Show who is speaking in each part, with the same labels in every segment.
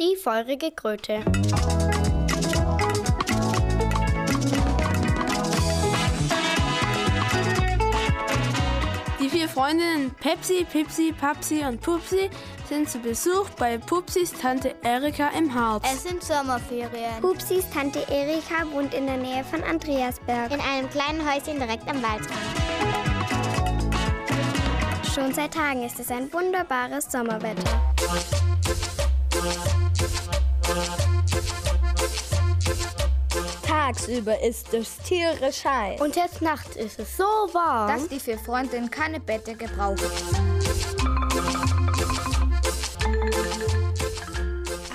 Speaker 1: Die feurige Kröte.
Speaker 2: Die vier Freundinnen Pepsi, Pipsi, Papsi und Pupsi sind zu Besuch bei Pupsis Tante Erika im Harz.
Speaker 3: Es sind Sommerferien.
Speaker 4: Pupsis Tante Erika wohnt in der Nähe von Andreasberg.
Speaker 3: In einem kleinen Häuschen direkt am Waldrand.
Speaker 4: Schon seit Tagen ist es ein wunderbares Sommerwetter.
Speaker 5: Tagsüber ist es tierisch heiß.
Speaker 1: Und jetzt nachts ist es so warm.
Speaker 4: Hm?
Speaker 6: Dass die vier Freundinnen keine Bette gebrauchen.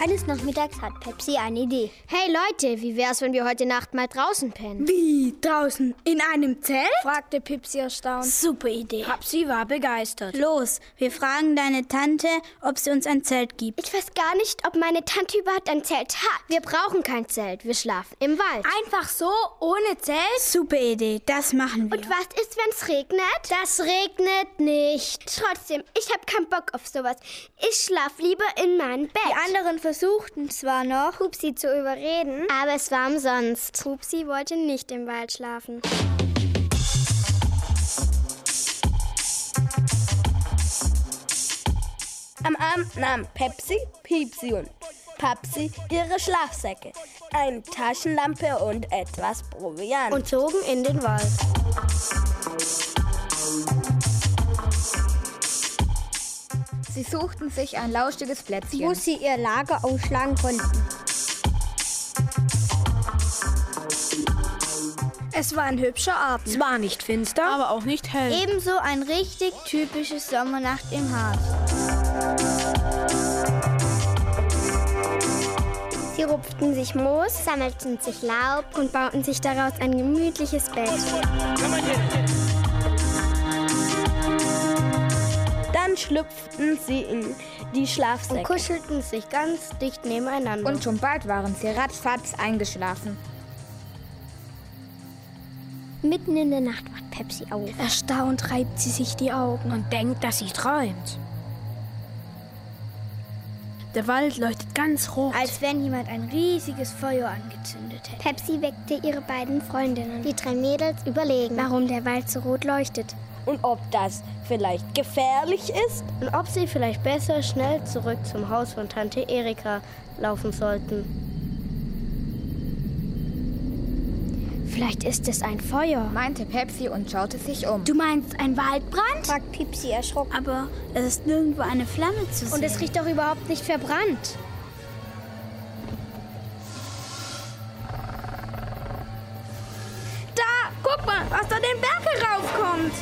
Speaker 4: Eines Nachmittags hat Pepsi eine Idee.
Speaker 3: Hey Leute, wie wär's, wenn wir heute Nacht mal draußen pennen?
Speaker 1: Wie? Draußen? In einem Zelt?
Speaker 5: fragte Pipsi erstaunt.
Speaker 1: Super Idee.
Speaker 2: Papsi war begeistert.
Speaker 7: Los, wir fragen deine Tante, ob sie uns ein Zelt gibt.
Speaker 4: Ich weiß gar nicht, ob meine Tante überhaupt ein Zelt hat.
Speaker 3: Wir brauchen kein Zelt, wir schlafen im Wald.
Speaker 1: Einfach so, ohne Zelt?
Speaker 7: Super Idee, das machen wir.
Speaker 4: Und was ist, wenn's regnet?
Speaker 3: Das regnet nicht.
Speaker 4: Trotzdem, ich hab keinen Bock auf sowas. Ich schlaf lieber in meinem Bett.
Speaker 7: Die anderen versuchten zwar noch,
Speaker 4: Pupsi zu überreden.
Speaker 3: Aber es war umsonst.
Speaker 4: Pupsi wollte nicht im Wald schlafen.
Speaker 5: Am Abend nahmen Pepsi, Pipsi und Papsi ihre Schlafsäcke, eine Taschenlampe und etwas Proviant.
Speaker 1: Und zogen in den Wald.
Speaker 6: Sie suchten sich ein lauschiges Plätzchen.
Speaker 7: wo sie ihr Lager aufschlagen konnten.
Speaker 5: Es war ein hübscher Abend.
Speaker 2: Es war nicht finster, aber auch nicht hell.
Speaker 3: Ebenso ein richtig typisches Sommernacht im Harz.
Speaker 4: Sie rupften sich Moos, sammelten sich Laub und bauten sich daraus ein gemütliches Bett.
Speaker 5: Dann schlüpften sie in die
Speaker 1: Und
Speaker 5: Schlafsäcke.
Speaker 1: kuschelten sich ganz dicht nebeneinander.
Speaker 6: Und schon bald waren sie ratzfatz eingeschlafen.
Speaker 4: Mitten in der Nacht wacht Pepsi auf.
Speaker 7: Erstaunt reibt sie sich die Augen.
Speaker 2: und denkt, dass sie träumt. Der Wald leuchtet ganz rot.
Speaker 7: Als wenn jemand ein riesiges Feuer angezündet hätte.
Speaker 4: Pepsi weckte ihre beiden Freundinnen,
Speaker 3: Die drei Mädels überlegen.
Speaker 4: warum der Wald so rot leuchtet.
Speaker 5: Und ob das vielleicht gefährlich ist?
Speaker 1: Und ob sie vielleicht besser schnell zurück zum Haus von Tante Erika laufen sollten.
Speaker 4: Vielleicht ist es ein Feuer.
Speaker 6: Meinte Pepsi und schaute sich um.
Speaker 7: Du meinst ein Waldbrand?
Speaker 4: fragt Pipsi erschrocken.
Speaker 7: Aber es ist nirgendwo eine Flamme zu sehen.
Speaker 3: Und es riecht doch überhaupt nicht verbrannt.
Speaker 5: Da, guck mal, was da den Berg heraufkommt.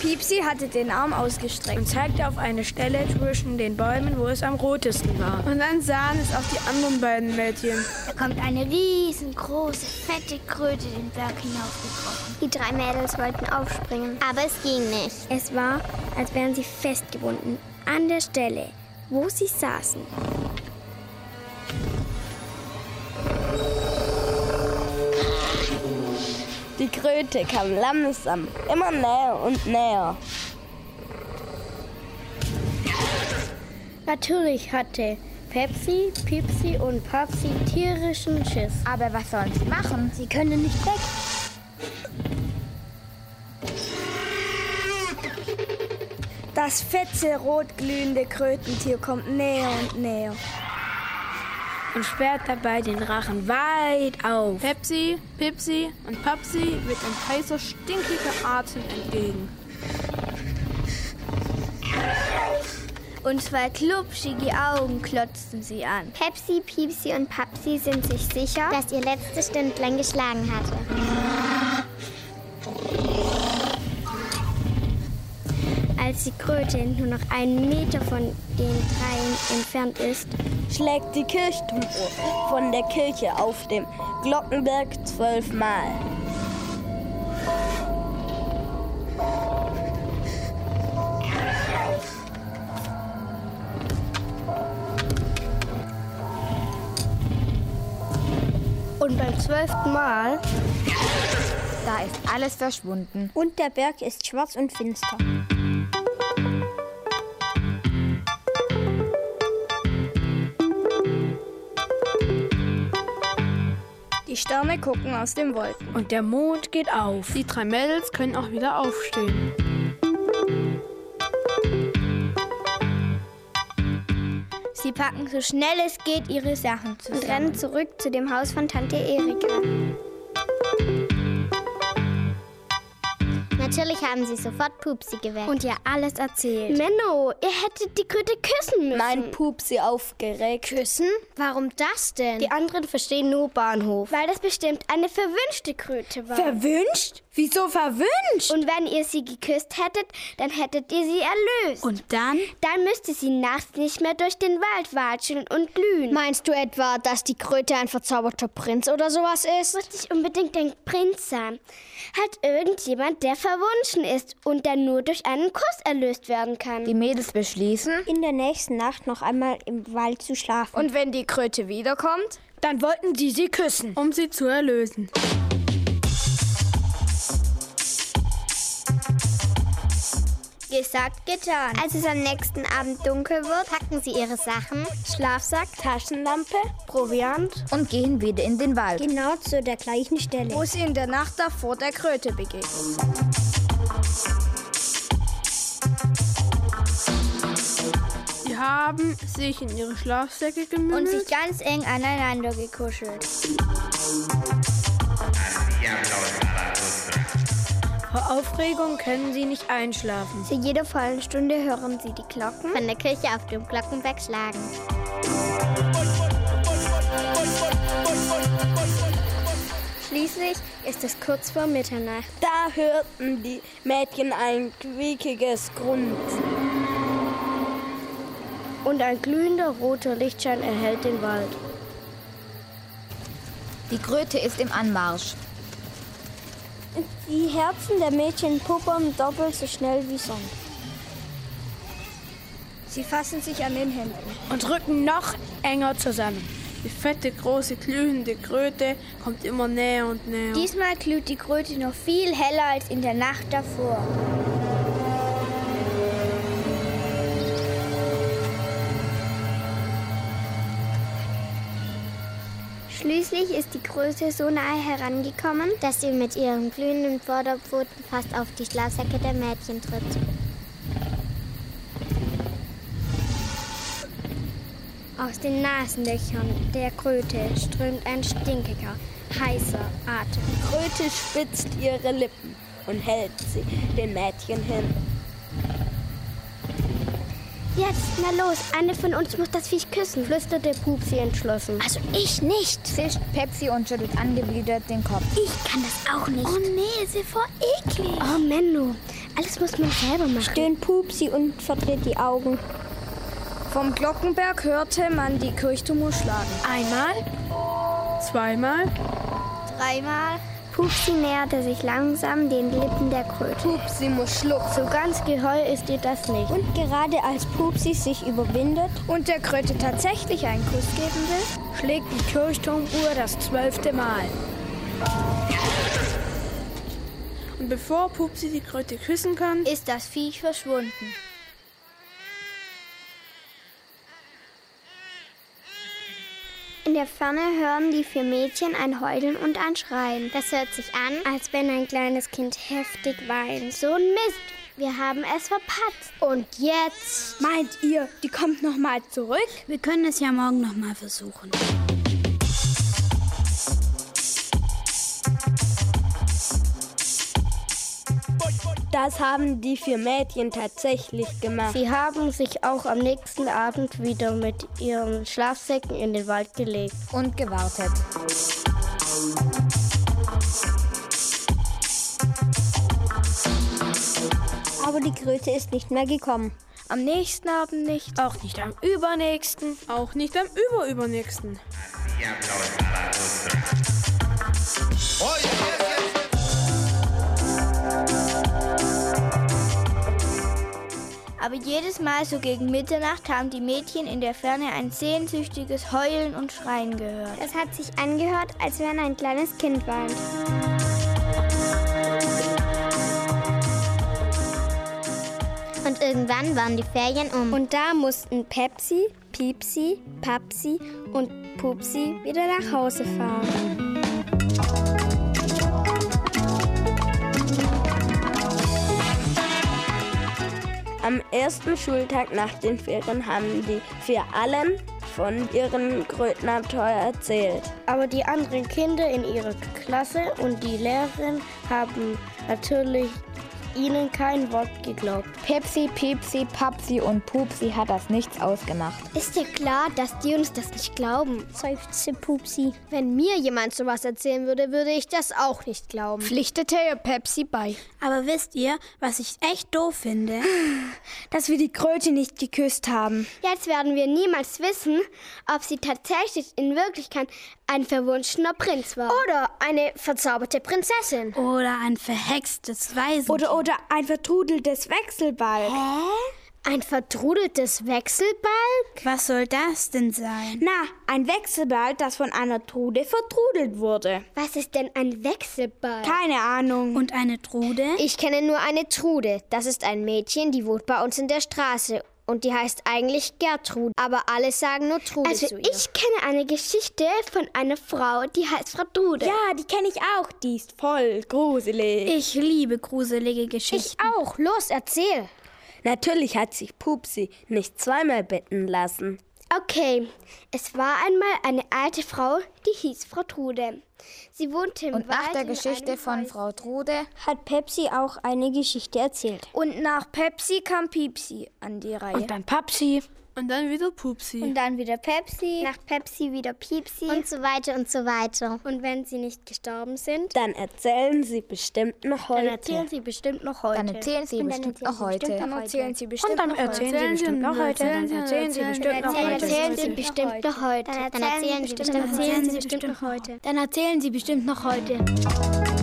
Speaker 5: Piepsi hatte den Arm ausgestreckt.
Speaker 2: und zeigte auf eine Stelle zwischen den Bäumen, wo es am rotesten war. Und dann sahen es auch die anderen beiden Mädchen.
Speaker 4: Da kommt eine riesengroße, fette Kröte den Berg hinaufgekrochen. Die drei Mädels wollten aufspringen.
Speaker 3: Aber es ging nicht.
Speaker 4: Es war, als wären sie festgebunden an der Stelle, wo sie saßen.
Speaker 5: Die Kröte kam langsam immer näher und näher.
Speaker 1: Natürlich hatte Pepsi, Pipsi und Papsi tierischen Schiss.
Speaker 6: Aber was sollen sie machen?
Speaker 4: Sie können nicht weg.
Speaker 5: Das fette, rot glühende Krötentier kommt näher und näher.
Speaker 2: und sperrt dabei den Rachen weit auf. Pepsi, Pipsi und Papsi wird ein heißer, stinkiger Atem entgegen.
Speaker 7: Und zwei klubschige Augen klotzten sie an.
Speaker 4: Pepsi, Piepsi und Papsi sind sich sicher,
Speaker 3: Dass ihr letztes Stündlein geschlagen hatte.
Speaker 4: als die Kröte nur noch einen Meter von den dreien entfernt ist,
Speaker 5: Schlägt die Kirchturmuhr von der Kirche auf dem Glockenberg zwölfmal.
Speaker 1: Und beim zwölften Mal
Speaker 6: Da ist alles verschwunden.
Speaker 5: Und der Berg ist schwarz und finster.
Speaker 4: Die Sterne gucken aus den Wolken.
Speaker 2: Und der Mond geht auf. Die drei Mädels können auch wieder aufstehen.
Speaker 3: Sie packen so schnell es geht ihre Sachen
Speaker 4: Und
Speaker 3: zusammen.
Speaker 4: rennen zurück zu dem Haus von Tante Erika.
Speaker 7: Natürlich haben sie sofort Pupsi geweckt. Und ihr alles erzählt.
Speaker 4: Menno, ihr hättet die Kröte küssen müssen.
Speaker 5: Nein, Pupsi aufgeregt.
Speaker 7: Küssen? Warum das denn?
Speaker 1: Die anderen verstehen nur Bahnhof.
Speaker 4: Weil das bestimmt eine verwünschte Kröte war.
Speaker 5: Verwünscht? Wieso verwünscht?
Speaker 4: Und wenn ihr sie geküsst hättet, dann hättet ihr sie erlöst.
Speaker 2: Und dann?
Speaker 4: Dann müsste sie nachts nicht mehr durch den Wald watscheln und glühen.
Speaker 7: Meinst du etwa, dass die Kröte ein verzauberter Prinz oder sowas ist?
Speaker 4: muss nicht unbedingt ein Prinz sein. Hat irgendjemand, der verwunschen ist und dann nur durch einen Kuss erlöst werden kann.
Speaker 6: Die Mädels beschließen.
Speaker 5: In der nächsten Nacht noch einmal im Wald zu schlafen.
Speaker 6: Und wenn die Kröte wiederkommt?
Speaker 2: Dann wollten die sie küssen. Um sie zu erlösen.
Speaker 3: Gesagt, getan.
Speaker 4: Als es am nächsten Abend dunkel wird,
Speaker 7: Packen sie ihre Sachen?
Speaker 4: Schlafsack,
Speaker 5: Taschenlampe?
Speaker 4: Proviant.
Speaker 6: Und gehen wieder in den Wald.
Speaker 5: Genau zu der gleichen Stelle.
Speaker 6: wo sie in der Nacht davor der Kröte begegnen.
Speaker 2: Sie haben sich in ihre Schlafsäcke gemümmelt.
Speaker 3: Und sich ganz eng aneinander gekuschelt.
Speaker 2: Vor Aufregung können sie nicht einschlafen.
Speaker 4: Zu jeder vollen Stunde hören sie die Glocken.
Speaker 7: Von der Kirche auf dem Glockenberg schlagen.
Speaker 4: Schließlich ist es kurz vor Mitternacht.
Speaker 5: Da hörten die Mädchen ein quiekiges Grunzen.
Speaker 1: Und ein glühender roter Lichtschein erhellt den Wald.
Speaker 6: Die Kröte ist im Anmarsch.
Speaker 5: Die Herzen der Mädchen puppern doppelt so schnell wie sonst.
Speaker 6: Sie fassen sich an den Händen.
Speaker 2: Und rücken noch enger zusammen. Die fette, große, glühende Kröte kommt immer näher und näher.
Speaker 3: Diesmal glüht die Kröte noch viel heller als in der Nacht davor.
Speaker 4: Schließlich ist die Größe so nahe herangekommen,
Speaker 7: Dass sie mit ihren glühenden Vorderpfoten fast auf die Schlafsäcke der Mädchen tritt.
Speaker 4: aus den Nasenlöchern der Kröte strömt ein stinkiger, heißer Atem.
Speaker 5: Die Kröte spitzt ihre Lippen und hält sie den Mädchen hin.
Speaker 4: Jetzt, na los, eine von uns muss das Viech küssen.
Speaker 1: Flüstert der Pupsi entschlossen.
Speaker 7: Also ich nicht.
Speaker 6: Zischt Pepsi und schüttelt angewidert den Kopf.
Speaker 7: Ich kann das auch nicht.
Speaker 4: Oh nee, ist ja voll eklig. Oh Menno, alles muss man selber machen.
Speaker 5: Den Pupsi und verdreht die Augen.
Speaker 6: Vom Glockenberg hörte man die Kirchturmuhr schlagen.
Speaker 2: Einmal, zweimal,
Speaker 3: Dreimal.
Speaker 4: Pupsi näherte sich langsam den Lippen der Kröte.
Speaker 6: Pupsi muss schlucken.
Speaker 1: So ganz geheu ist ihr das nicht.
Speaker 5: Und gerade als Pupsi sich überwindet,
Speaker 6: Und der Kröte tatsächlich einen Kuss geben will?
Speaker 2: schlägt die Kirchturmuhr das zwölfte Mal. Und bevor Pupsi die Kröte küssen kann,
Speaker 3: Ist das Viech verschwunden.
Speaker 4: In der Ferne hören die vier Mädchen ein Heulen und ein Schreien,
Speaker 7: Das hört sich an.
Speaker 4: als wenn ein kleines Kind heftig weint. So ein Mist, wir haben es verpatzt.
Speaker 7: Und jetzt
Speaker 2: meint ihr, die kommt nochmal zurück?
Speaker 8: Wir können es ja morgen nochmal versuchen.
Speaker 5: das haben die vier Mädchen tatsächlich gemacht.
Speaker 1: Sie haben sich auch am nächsten Abend wieder mit ihren Schlafsäcken in den Wald gelegt.
Speaker 6: Und gewartet.
Speaker 5: Aber die Kröte ist nicht mehr gekommen.
Speaker 2: Am nächsten Abend nicht. Auch nicht am übernächsten. Auch nicht am überübernächsten.
Speaker 3: Aber jedes Mal so gegen Mitternacht haben die Mädchen in der Ferne ein sehnsüchtiges Heulen und Schreien gehört.
Speaker 4: Es hat sich angehört, als wenn ein kleines Kind weint. Und irgendwann waren die Ferien um. Und da mussten Pepsi, Piepsi, Papsi und Pupsi wieder nach Hause fahren.
Speaker 5: Am ersten Schultag nach den Ferien haben die vier allen von ihrem Grödner-Tor erzählt.
Speaker 1: Aber die anderen Kinder in ihrer Klasse und die Lehrerin haben natürlich ihnen kein Wort geglaubt.
Speaker 9: Pepsi, Pepsi, Papsi und Pupsi hat das nichts ausgemacht.
Speaker 4: Ist dir klar, dass die uns das nicht glauben? Seufzte Pupsi. Wenn mir jemand sowas erzählen würde, würde ich das auch nicht glauben.
Speaker 2: Pflichtete ihr Pepsi bei.
Speaker 8: Aber wisst ihr, was ich echt doof finde?
Speaker 6: Dass wir die Kröte nicht geküsst haben.
Speaker 4: Jetzt werden wir niemals wissen, ob sie tatsächlich in Wirklichkeit ein verwunschener Prinz war. Oder eine verzauberte Prinzessin.
Speaker 8: Oder ein verhextes Waisen.
Speaker 6: Oder, oder ein vertrudeltes Wechselbalg.
Speaker 4: Ein vertrudeltes Wechselbalg?
Speaker 8: Was soll das denn sein?
Speaker 6: Na, ein Wechselbalg, das von einer Trude vertrudelt wurde.
Speaker 4: Was ist denn ein Wechselbalg?
Speaker 6: Keine Ahnung.
Speaker 8: Und eine Trude?
Speaker 4: Ich kenne nur eine Trude. Das ist ein Mädchen, die wohnt bei uns in der Straße. Und die heißt eigentlich Gertrud. Aber alle sagen nur Trude
Speaker 7: Also
Speaker 4: zu ihr.
Speaker 7: ich kenne eine Geschichte von einer Frau, die heißt Frau Dude.
Speaker 6: Ja, die kenne ich auch. Die ist voll gruselig.
Speaker 8: Ich liebe gruselige Geschichten.
Speaker 4: auch. Los, erzähl.
Speaker 5: Natürlich hat sich Pupsi nicht zweimal bitten lassen.
Speaker 7: Okay, es war einmal eine alte Frau, die hieß Frau Trude. Sie wohnte im
Speaker 9: Und
Speaker 7: Wald
Speaker 9: nach der
Speaker 7: in
Speaker 9: Geschichte
Speaker 7: einem
Speaker 9: von
Speaker 7: Häuschen.
Speaker 9: Frau Trude
Speaker 4: Hat Pepsi auch eine Geschichte erzählt?
Speaker 6: Und nach Pepsi kam Piepsi an die Reihe.
Speaker 2: Und dann Papsi. Und dann wieder Pupsi.
Speaker 7: Und dann wieder Pepsi.
Speaker 4: Nach Pepsi wieder Piepsi. Und so weiter und so weiter. Und wenn sie nicht gestorben sind,
Speaker 5: Dann erzählen sie bestimmt noch
Speaker 1: Dann
Speaker 5: heute.
Speaker 1: erzählen sie bestimmt noch heute.
Speaker 9: Dann erzählen sie bestimmt auch heute.
Speaker 6: erzählen sie bestimmt
Speaker 2: Und dann
Speaker 6: noch mal.
Speaker 2: erzählen sie bestimmt noch heute. Dann erzählen sie bestimmt noch
Speaker 7: Dann
Speaker 2: heute.
Speaker 7: erzählen sie bestimmt noch heute.
Speaker 4: dann erzählen sie bestimmt noch heute.
Speaker 7: Dann erzählen sie bestimmt noch heute.